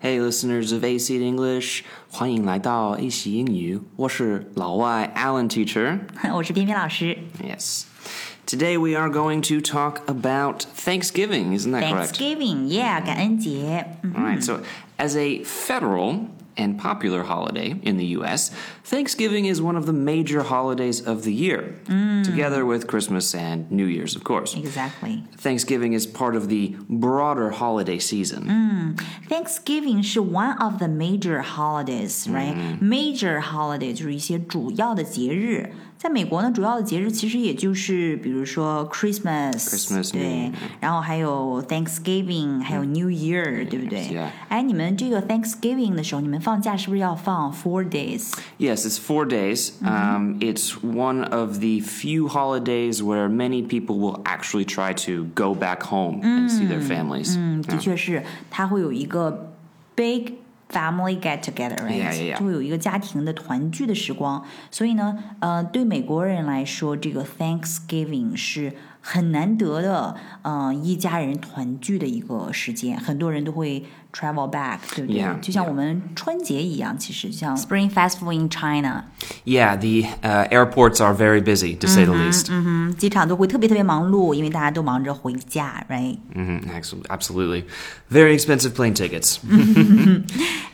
Hey listeners of AC English，欢迎来到 AC 英语，我是老外 Alan Teacher。 我是彬彬老师。 Yes. Today we are going to talk about Thanksgiving, isn't that correct? 嗯 Thanksgiving, yeah，感恩节。嗯 All right. So, as a federal and popular holiday in the US, Thanksgiving is one of the major holidays of the year, together with Christmas and New Year's, of course. Exactly. Thanksgiving is part of the broader holiday season. Thanksgiving 是 one of the major holidays, 嗯 right?、Major holiday 就是一些主要的节日。在美国呢，主要的节日其实也就是，比如说 Christmas, Christmas，嗯对 New Year，然后还有 Thanksgiving，还有 New Year，对不对 yeah 哎，你们这个 Thanksgiving 的时候，你们放假是不是要放 four days？ Yes, it's four days. Um, Mm-hmm. it's one of the few holidays where many people will actually try to go back home and see Mm. their families. 嗯，的确是，它会有一个 big family get together，right？ Yeah, yeah, yeah. 就会有一个家庭的团聚的时光。所以呢，呃，对美国人来说，这个 Thanksgiving 是很难得的，呃，一家人团聚的一个时间。很多人都会 travel back，对不对 Yeah, 就像 yeah. 我们春节一样，其实像 Spring Festival in China， Yeah, the uh, airports are very busy, to say the Mm-hmm, least. 嗯，机场都会特别特别忙碌，因为大家都忙着回家，right？ hmm Absolutely. Very expensive plane tickets. Mm-hmm.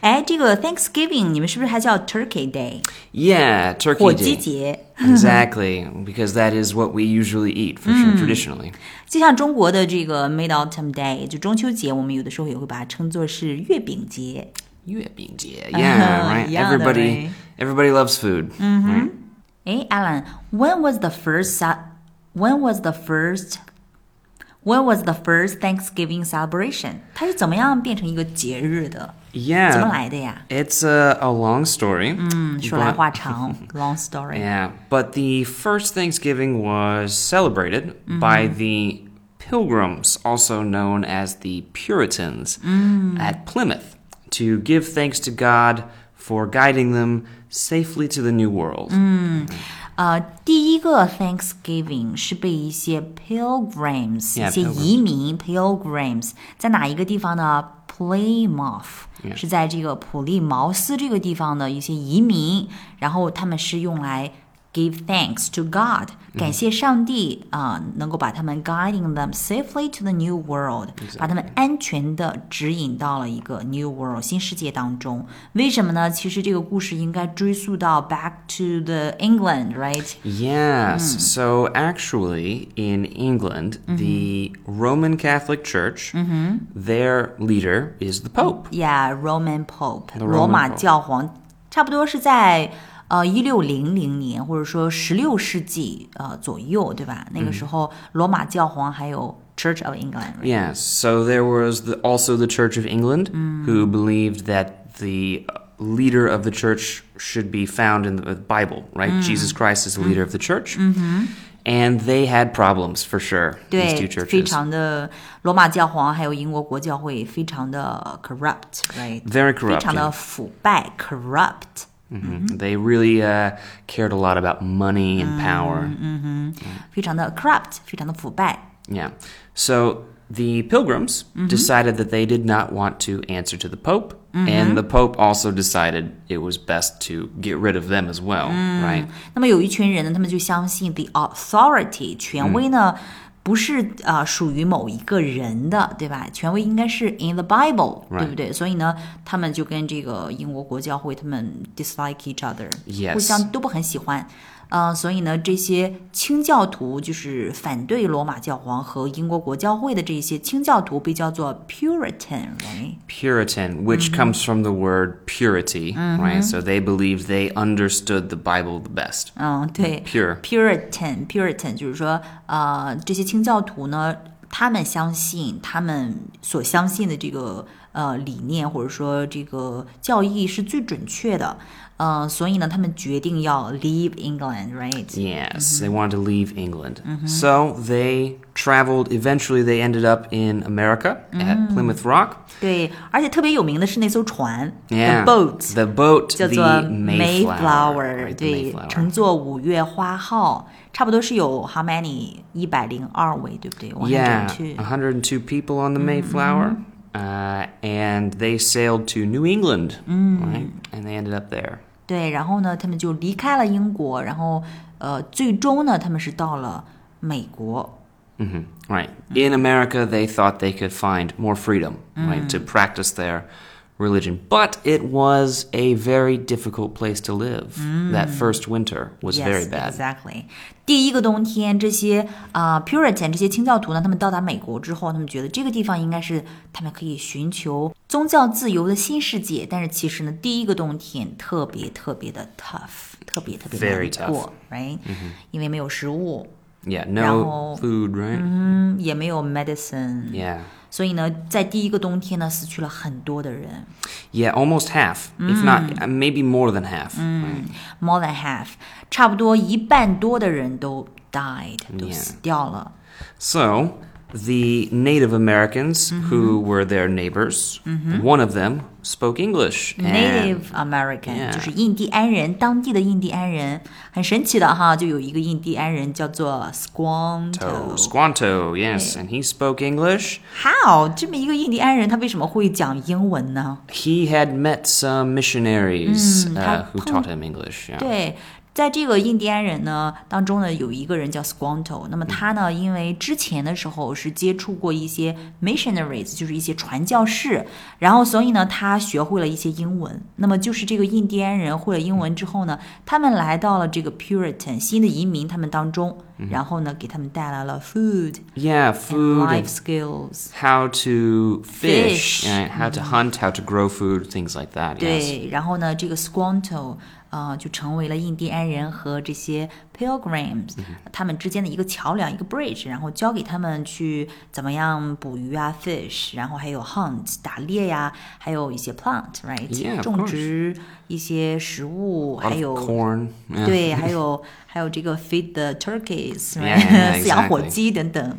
哎，这个 Thanksgiving 你们是不是还叫 Turkey Day？ Yeah, turkey 火鸡 day. 节。 exactly, because that is what we usually eat for Mm. sure, traditionally. 就像中国的这个 Mid Autumn Day，就中秋节，我们有的时候也会把它称作是月饼节。月饼节, Yeah, Uh-huh, right. yeah, that everybody, way. Mm-hmm. everybody loves food. 哎，Alan，when was the first ce- when was the first when was the first Thanksgiving celebration？它是怎么样变成一个节日的？怎么 Yeah, 来的呀？ it's a, a long story. 嗯，说来话长，long story。 Yeah, but the first Thanksgiving was celebrated by the Pilgrims, also known as the Puritans, at Plymouth to give thanks to God for guiding them safely to the New World. 呃，第一个 Thanksgiving 是被一些 pilgrims， Yeah, 一些移民 pilgrims 在哪一个地方呢？Plymouth 是在这个普利茅斯这个地方的一些移民，然后他们是用来 give thanks to God，感谢上帝啊、能够把他们 guiding them safely to the new world，把他们安全的指引到了一个 new world 新世界当中。为什么呢？其实这个故事应该追溯到 back to the England，right？ Yes, so actually in England, the Roman Catholic Church, their leader is the Pope. Yeah, Roman Pope， The 罗 Roman 马 Pope 教皇，差不多是在呃一六零零年，或者说十六世纪呃左右，对吧？那个时候罗马教皇还有 Church of England，right？ Yes. So there was the, also the Church of England, who believed that the uh, leader of the church should be found in the uh, Bible, right? Jesus Christ is the leader of the church. Mm-hmm. And they had problems for sure, these two 对，非 churches. 常的罗马教皇还有英国国教会非常的呃 corrupt，right？ Very 非 corrupt. 常的腐败 corrupt。 hmm They really uh, cared a lot about money and power. 非常的 corrupt，非常的腐败。 Yeah. So the pilgrims decided that they did not want to answer to the Pope. And the Pope also decided it was best to get rid of them as well, right? 那么有一群人呢，他们就相信 the authority 权威呢，嗯不是呃属于某一个人的，对吧？权威应该是 in the Bible，、 Right. 对不对？所以呢，他们就跟这个英国国教会他们 dislike each other，、 Yes. 互相都不很喜欢。呃，所以呢，这些清教徒就是反对罗马教皇和英国国教会的这些清教徒被叫做 Puritan，right？ Puritan, which Mm-hmm. comes from the word purity, right? So they believed they understood the Bible the best. 嗯，对 Pure. Puritan Puritan 就是说，呃，这些清教徒呢，他们相信他们所相信的这个呃理念或者说这个教义是最准确的，呃，所以呢，他们决定要 leave England，right？ Yes, Mm-hmm. they wanted to leave England. So they traveled, eventually, they ended up in America at Mm. Plymouth Rock. 对，而且特别有名的是那艘船 Yeah. the boat。 The boat, 叫 the 做 Mayflower. right, the 对， Mayflower. 乘坐五月花号，差不多是有 how many 一百零二位，对不对？102 Mm-hmm. Yeah, 102 people on the Mayflower. uh, and they sailed to New England, Mm. right? And they ended up there. 对，然后呢，他们就离开了英国，然后呃，最终呢，他们是到了美国。 hmm Right. In America, they thought they could find more freedom, right, Mm. to practice their religion. But it was a very difficult place to live. That first winter was very Mm. Yes, bad. exactly. 第一个冬天，这些啊、呃 Puritan 这些清教徒呢，他们到达美国之后，他们觉得这个地方应该是他们可以寻求宗教自由的新世界。但是其实呢，第一个冬天特别特别的 tough，特别特别 Very 嗯难过，right？、因为没有食物， Yeah, no Now- food, right? 嗯，也没有 medicine，、 Yeah. 所以呢，在第一个冬天呢，死去了很多的人。 Yeah, almost half, if Mm. not uh, maybe more than half. right? more than half，差不多一半多的人都 died，都 Yeah. 死掉了。 So the Native Americans Mm-hmm. who were their neighbors, one of them spoke English. and- Native American、 Yeah. 就是印第安人，当地的印第安人，很神奇的哈，就有一个印第安人叫做 Oh, Squanto。 Squanto, yes, and he spoke English. How 这么一个印第安人，他为什么会讲英文呢？ He had met some missionaries uh, 他 who 碰- taught him English. Yeah. 对，在这个印第安人呢当中呢，有一个人叫 Squanto。那么嗯他呢，因为之前的时候是接触过一些 missionaries，就是一些传教士，然后所以呢，他学会了一些英文。那么就是这个印第安人会了英文之后嗯呢，他们来到了这个 Puritan 新的移民他们当中，然后呢，给他们带来了 food Yeah, and 嗯 food, life and skills。 how to fish, Fish. Hmm. and how to hunt, how to grow food, things like that. Yes. 对，然后呢，这个 Squanto 呃，就成为了印第安人和这些 Pilgrims、他嗯们之间的一个桥梁，一个 bridge，然后教给他们去怎么样捕鱼啊，fish，然后还有 hunt 打猎呀、还有一些 plant，right，、 Yeah, of 种 course. 植一些食物， A 还 lot of 有 corn. yeah. 对，还有还有这个 feed the turkeys，right，、Yeah, yeah, 饲养火 exactly. 鸡等等。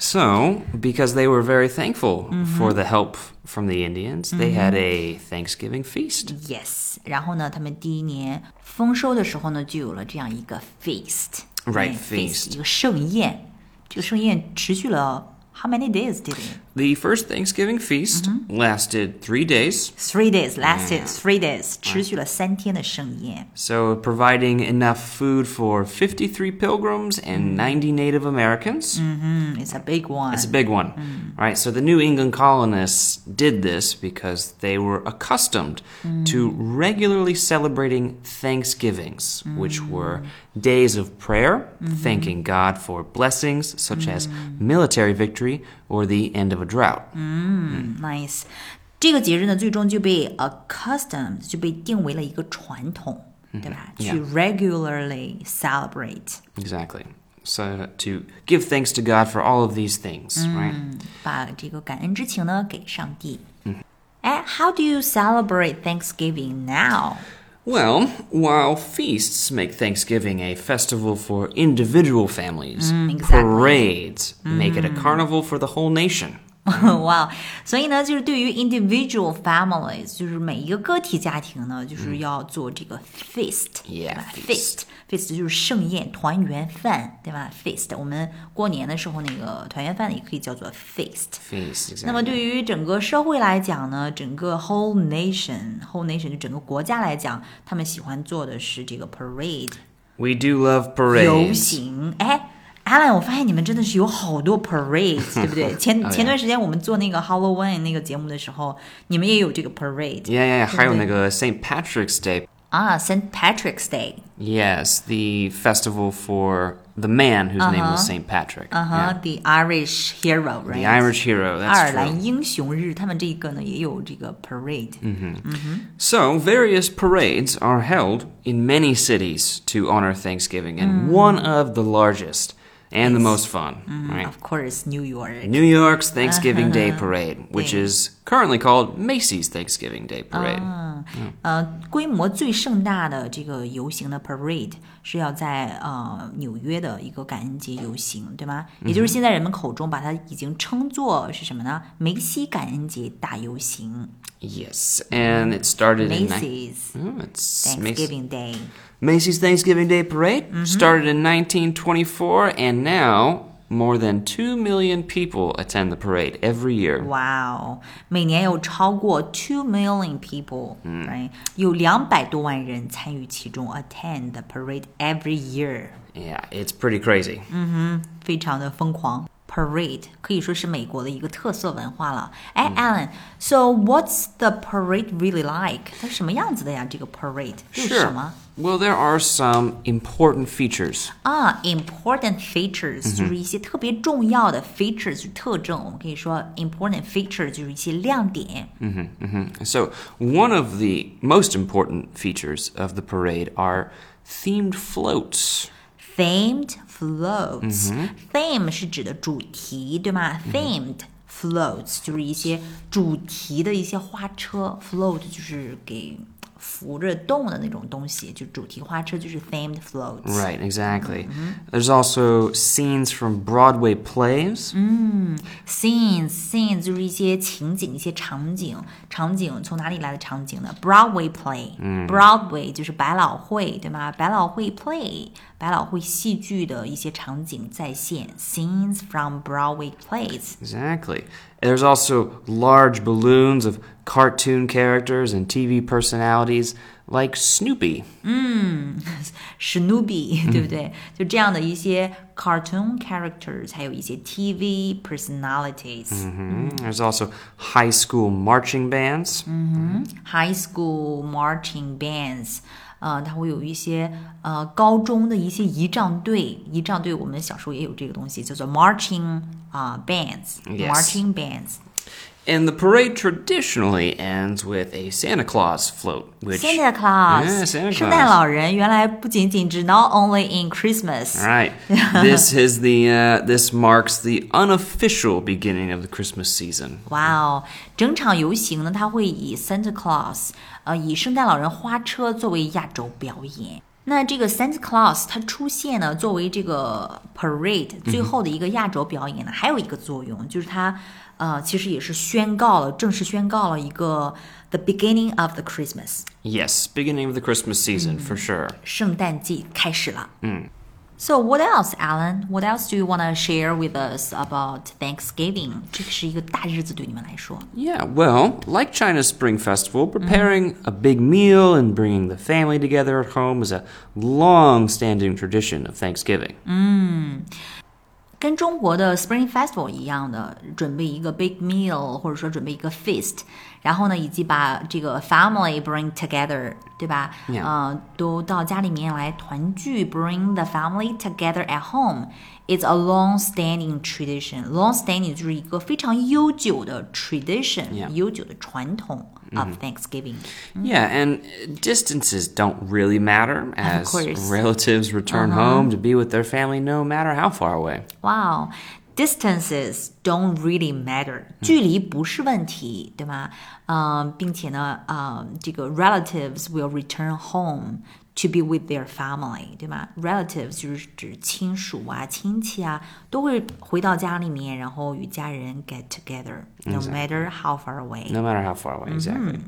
So, because they were very thankful Mm-hmm. for the help from the Indians, they had a Thanksgiving feast. Yes，然后呢，他们第一年丰收的时候呢，就有了这样一个 feast， Right, 哎 feast 一个盛宴。这个盛宴持续了 how many days did it? The first Thanksgiving feast Mm-hmm. lasted three days, Three days lasted three days，持续了三天的盛宴。 so providing enough food for 53 pilgrims Mm-hmm. and 90 Native Americans. 嗯，It's a big one。 It's a big one, right? So the New England colonists did this because they were accustomed to regularly celebrating Thanksgivings, which were days of prayer, thanking God for blessings such as military victory or the end of a drought. 嗯 nice。这个节日呢，最终就被 accustomed 就被定为了一个传统，对吧？Mm-hmm 去 regularly celebrate， Exactly. So to give thanks to God for all of these things, right? 把这个感恩之情呢给上帝。嗯哎，How do you celebrate Thanksgiving now？ Well, while feasts make Thanksgiving a festival for individual families, exactly. Mm. parades make it a carnival for the whole nation. 哇，所以呢，就是对于 individual families，就是每一个个体家庭呢，就是要做这个 feast，对 Yeah，吧 feast ？feast，feast 就是盛宴、团圆饭，对吧？feast，我们过年的时候那个团圆饭也可以叫做 feast。 Feast, 那么 exactly. 对于整个社会来讲呢，整个 whole nation，whole nation 就整个国家来讲，他们喜欢做的是这个 parade We do love 游 parades. 行。哎，Alan，我发现你们真的是有好多 parade，对不对？前 Oh, yeah. 前段时间我们做那个 Halloween 那个节目的时候，你们也有这个 parade Yeah, yeah, 还有那个 St. Patrick's Day. 啊，Saint Patrick's Day。 Yes, the festival for the man whose name was St. Patrick. 嗯哼 Yeah. ，The Irish Hero， The Uh-huh. right？ Irish hero, 爱尔 that's true. 兰英雄日，他们这个呢也有这个 parade。Mm-hmm So, various parades are held in many cities to honor Thanksgiving, Mm. and one of the largest and the most fun, Mm. right? Of course, New York. New York's Thanksgiving Day Uh-huh. Parade, which Yeah. is currently called Macy's Thanksgiving Day Parade. Ah. 呃，规模最盛大的这个游行的 parade 是要在呃纽约的一个感恩节游行，对吗？也就是现在人们口中把它已经称作是什么呢？梅西感恩节大游行 Yes, and it started in ni- ，Macy's Oh, it's Macy's- Thanksgiving Mm-hmm. Day。 Macy's Thanksgiving Day Parade started in 1924, and now More than 2 million people attend the parade every year. Wow，每哦年有超过 two million people，嗯，right? 有两百多万人参与其中，attend the parade every year， Yeah, it's pretty crazy. Mm-hmm. 非常的疯狂。Parade 可以说是美国的一个特色文化了。哎、a l a n s o what's the parade really like？它是什么样子的呀？这个 parade 又是什么 Well, there are some important features. 啊？Important features、就是一些特别重要的 features 就是特征，我们可以说 important features 就是一些亮点。 So, one of the most important features of the parade are themed floats. Themed floats. Theme 是指的主题，对吗？Themed floats 就是一些主题的一些花车，float 就是给扶着动的那种东西，就主题花车就是 themed floats。 Right, exactly. Mm-hmm. There's also scenes from Broadway plays. Scenes, scenes 就是一些情景、一些场景。场景从哪里来的场景呢？Broadway play，Broadway、就是百老汇，对吗？百老汇 play，百老汇戏剧的一些场景再现。Scenes from Broadway plays。 Exactly. There's also large balloons of cartoon characters and TV personalities like Snoopy. 嗯 Snoopy，对不对？就这样的一些 cartoon characters，还有一些 TV personalities、 Mhm. There's also high school marching bands. high school marching bands，呃，它会有一些呃高中的一些仪仗队，仪仗队我们小时候也有这个东西，叫做 marching 啊、 Yes. bands，marching bands。 And the parade traditionally ends with a Santa Claus float, which Santa Claus，、 Yeah, Santa 圣 Claus 诞老人原来不仅仅只 not only in Christmas，、 All right. this is the uh, this marks the unofficial beginning of the Christmas season. 哇哦！整场游行呢，它会以 Santa Claus，呃，以圣诞老人花车作为压轴表演。那这个 Santa Claus 它出现呢，作为这个 parade 最后的一个压轴表演呢，还有一个作用就是它，呃，其实也是宣告了，正式宣告了一个 the beginning of the Christmas， Yes, beginning of the Christmas season Mm. for sure. 圣诞季开始了。嗯。So what else, Alan? What else do you want to share with us about Thanksgiving? 这个是一个大日子对你们来说。 Yeah, well, like China's Spring Festival, preparing a big meal and bringing the family together at home is a long-standing tradition of Thanksgiving. 跟中国的 Spring Festival 一样的，准备一个 big meal，或者说准备一个 feast，然后呢，以及把这个 family bring together，对吧？ Yeah. 呃，都到家里面来团聚，bring the family together at home。It's a long-standing tradition. Long-standing 就是一个非常悠久的 tradition，、 Yeah. Mm-hmm。悠久的传统 of Thanksgiving。 Yeah, and uh, distances don't really matter as course. relatives return home to be with their family no matter how far away. Wow, distances don't really matter，、距离不是问题，对吗？嗯、并且呢，呃，这个 relatives will return home to be with their family，对吗？relatives 就是指亲属啊、亲戚啊，都会回到家里面，然后与家人 get together，no matter how far away。 No matter how far away, exactly.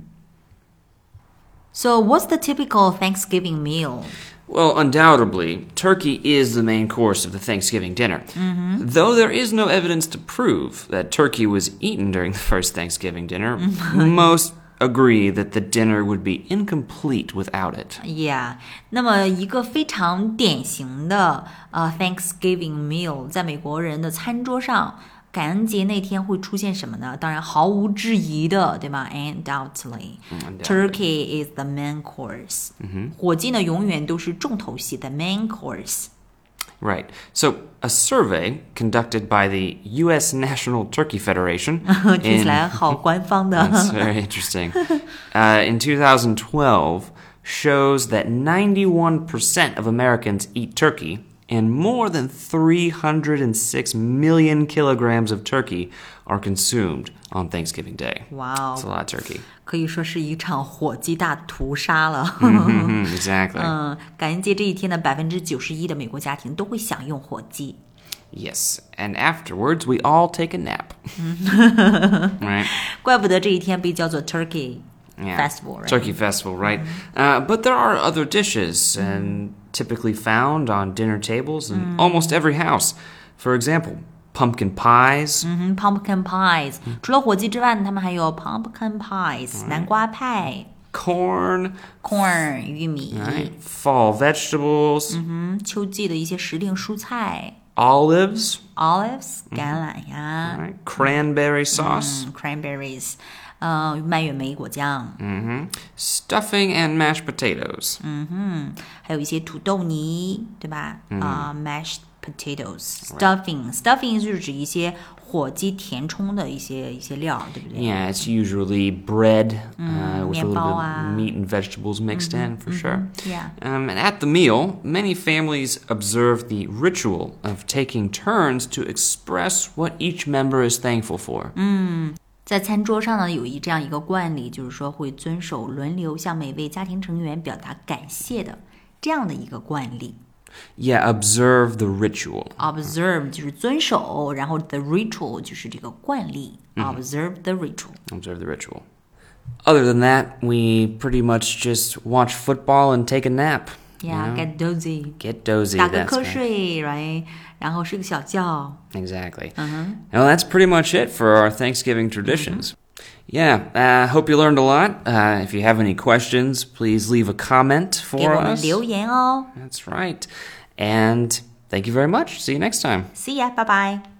So what's the typical Thanksgiving meal？ Well, undoubtedly, turkey is the main course of the Thanksgiving dinner. Though there is no evidence to prove that turkey was eaten during the first Thanksgiving dinner, most agree that the dinner would be incomplete without it. Yeah，那么一个非常典型的呃 Thanksgiving meal，在美国人的餐桌上，感恩节那天会出现什么呢？当然毫无质疑的，对吗，undoubtedly ？Undoubtedly，turkey is the main course。火鸡呢永远都是重头戏，the main course。 Right. So, a survey conducted by the U.S. National Turkey Federation. 听起 in- 来好官方 That's 的。 very interesting. Uh, in 2012, shows that 91% of Americans eat turkey, and more than 306 million kilograms of turkey are consumed on Thanksgiving Day. 哇哦 That's a lot of turkey. 可以说是一场火鸡大屠杀了。 Mhm, exactly. 嗯， 感恩节这一天呢，百分之九十一的美国家庭都会享用火鸡。 Yes. And afterwards, we all take a nap. right? 怪不得这一天被叫做 Turkey Yeah. Festival，right？ Turkey festival, right? Uh, but there are other Mm. dishes and typically found on dinner tables in almost every house. For example, pumpkin pies, 嗯，pumpkin pies，除了火鸡之外呢，他们还有 pumpkin pies，南瓜派 corn, ，corn 玉米， right? Mm-hmm. fall vegetables, 嗯，秋季的一些时令蔬菜 olives, ，olives 橄榄呀， right? cranberry sauce, 嗯，cranberries，呃，蔓越莓果酱，Mm-hmm. stuffing, and mashed potatoes. 还有一些土豆泥，对吧？啊、m a s h e d potatoes，stuffing，stuffing 就是指一些火鸡填充的一些一些料，对不对 Yeah, it's usually bread uh, mm-hmm. with a little bit meatball啊。 of meat and vegetables mixed in, for sure. yeah. Um, and at the meal, many families observe the ritual of taking turns to express what each member is thankful for. 在餐桌上呢，有一这样一个惯例，就是说会遵守轮流向每位家庭成员表达感谢的这样的一个惯例。 Yeah, observe the ritual. Observe 就是遵守，然后 the ritual 就是这个惯例。Observe 嗯 the ritual。 Observe the ritual. Other than that, we pretty much just watch football and take a nap. you Yeah, know? get dozy， Get dozy. 打个 That's 瞌嗯 right. 睡，right？然后睡个小觉。 Exactly. Well, that's pretty much it for our Thanksgiving traditions. Yeah, I uh, hope you learned a lot. Uh, if you have any questions, please leave a comment 给 for 我们 us. 留言哦。 That's right. And thank you very much. See you next time. See ya，拜拜。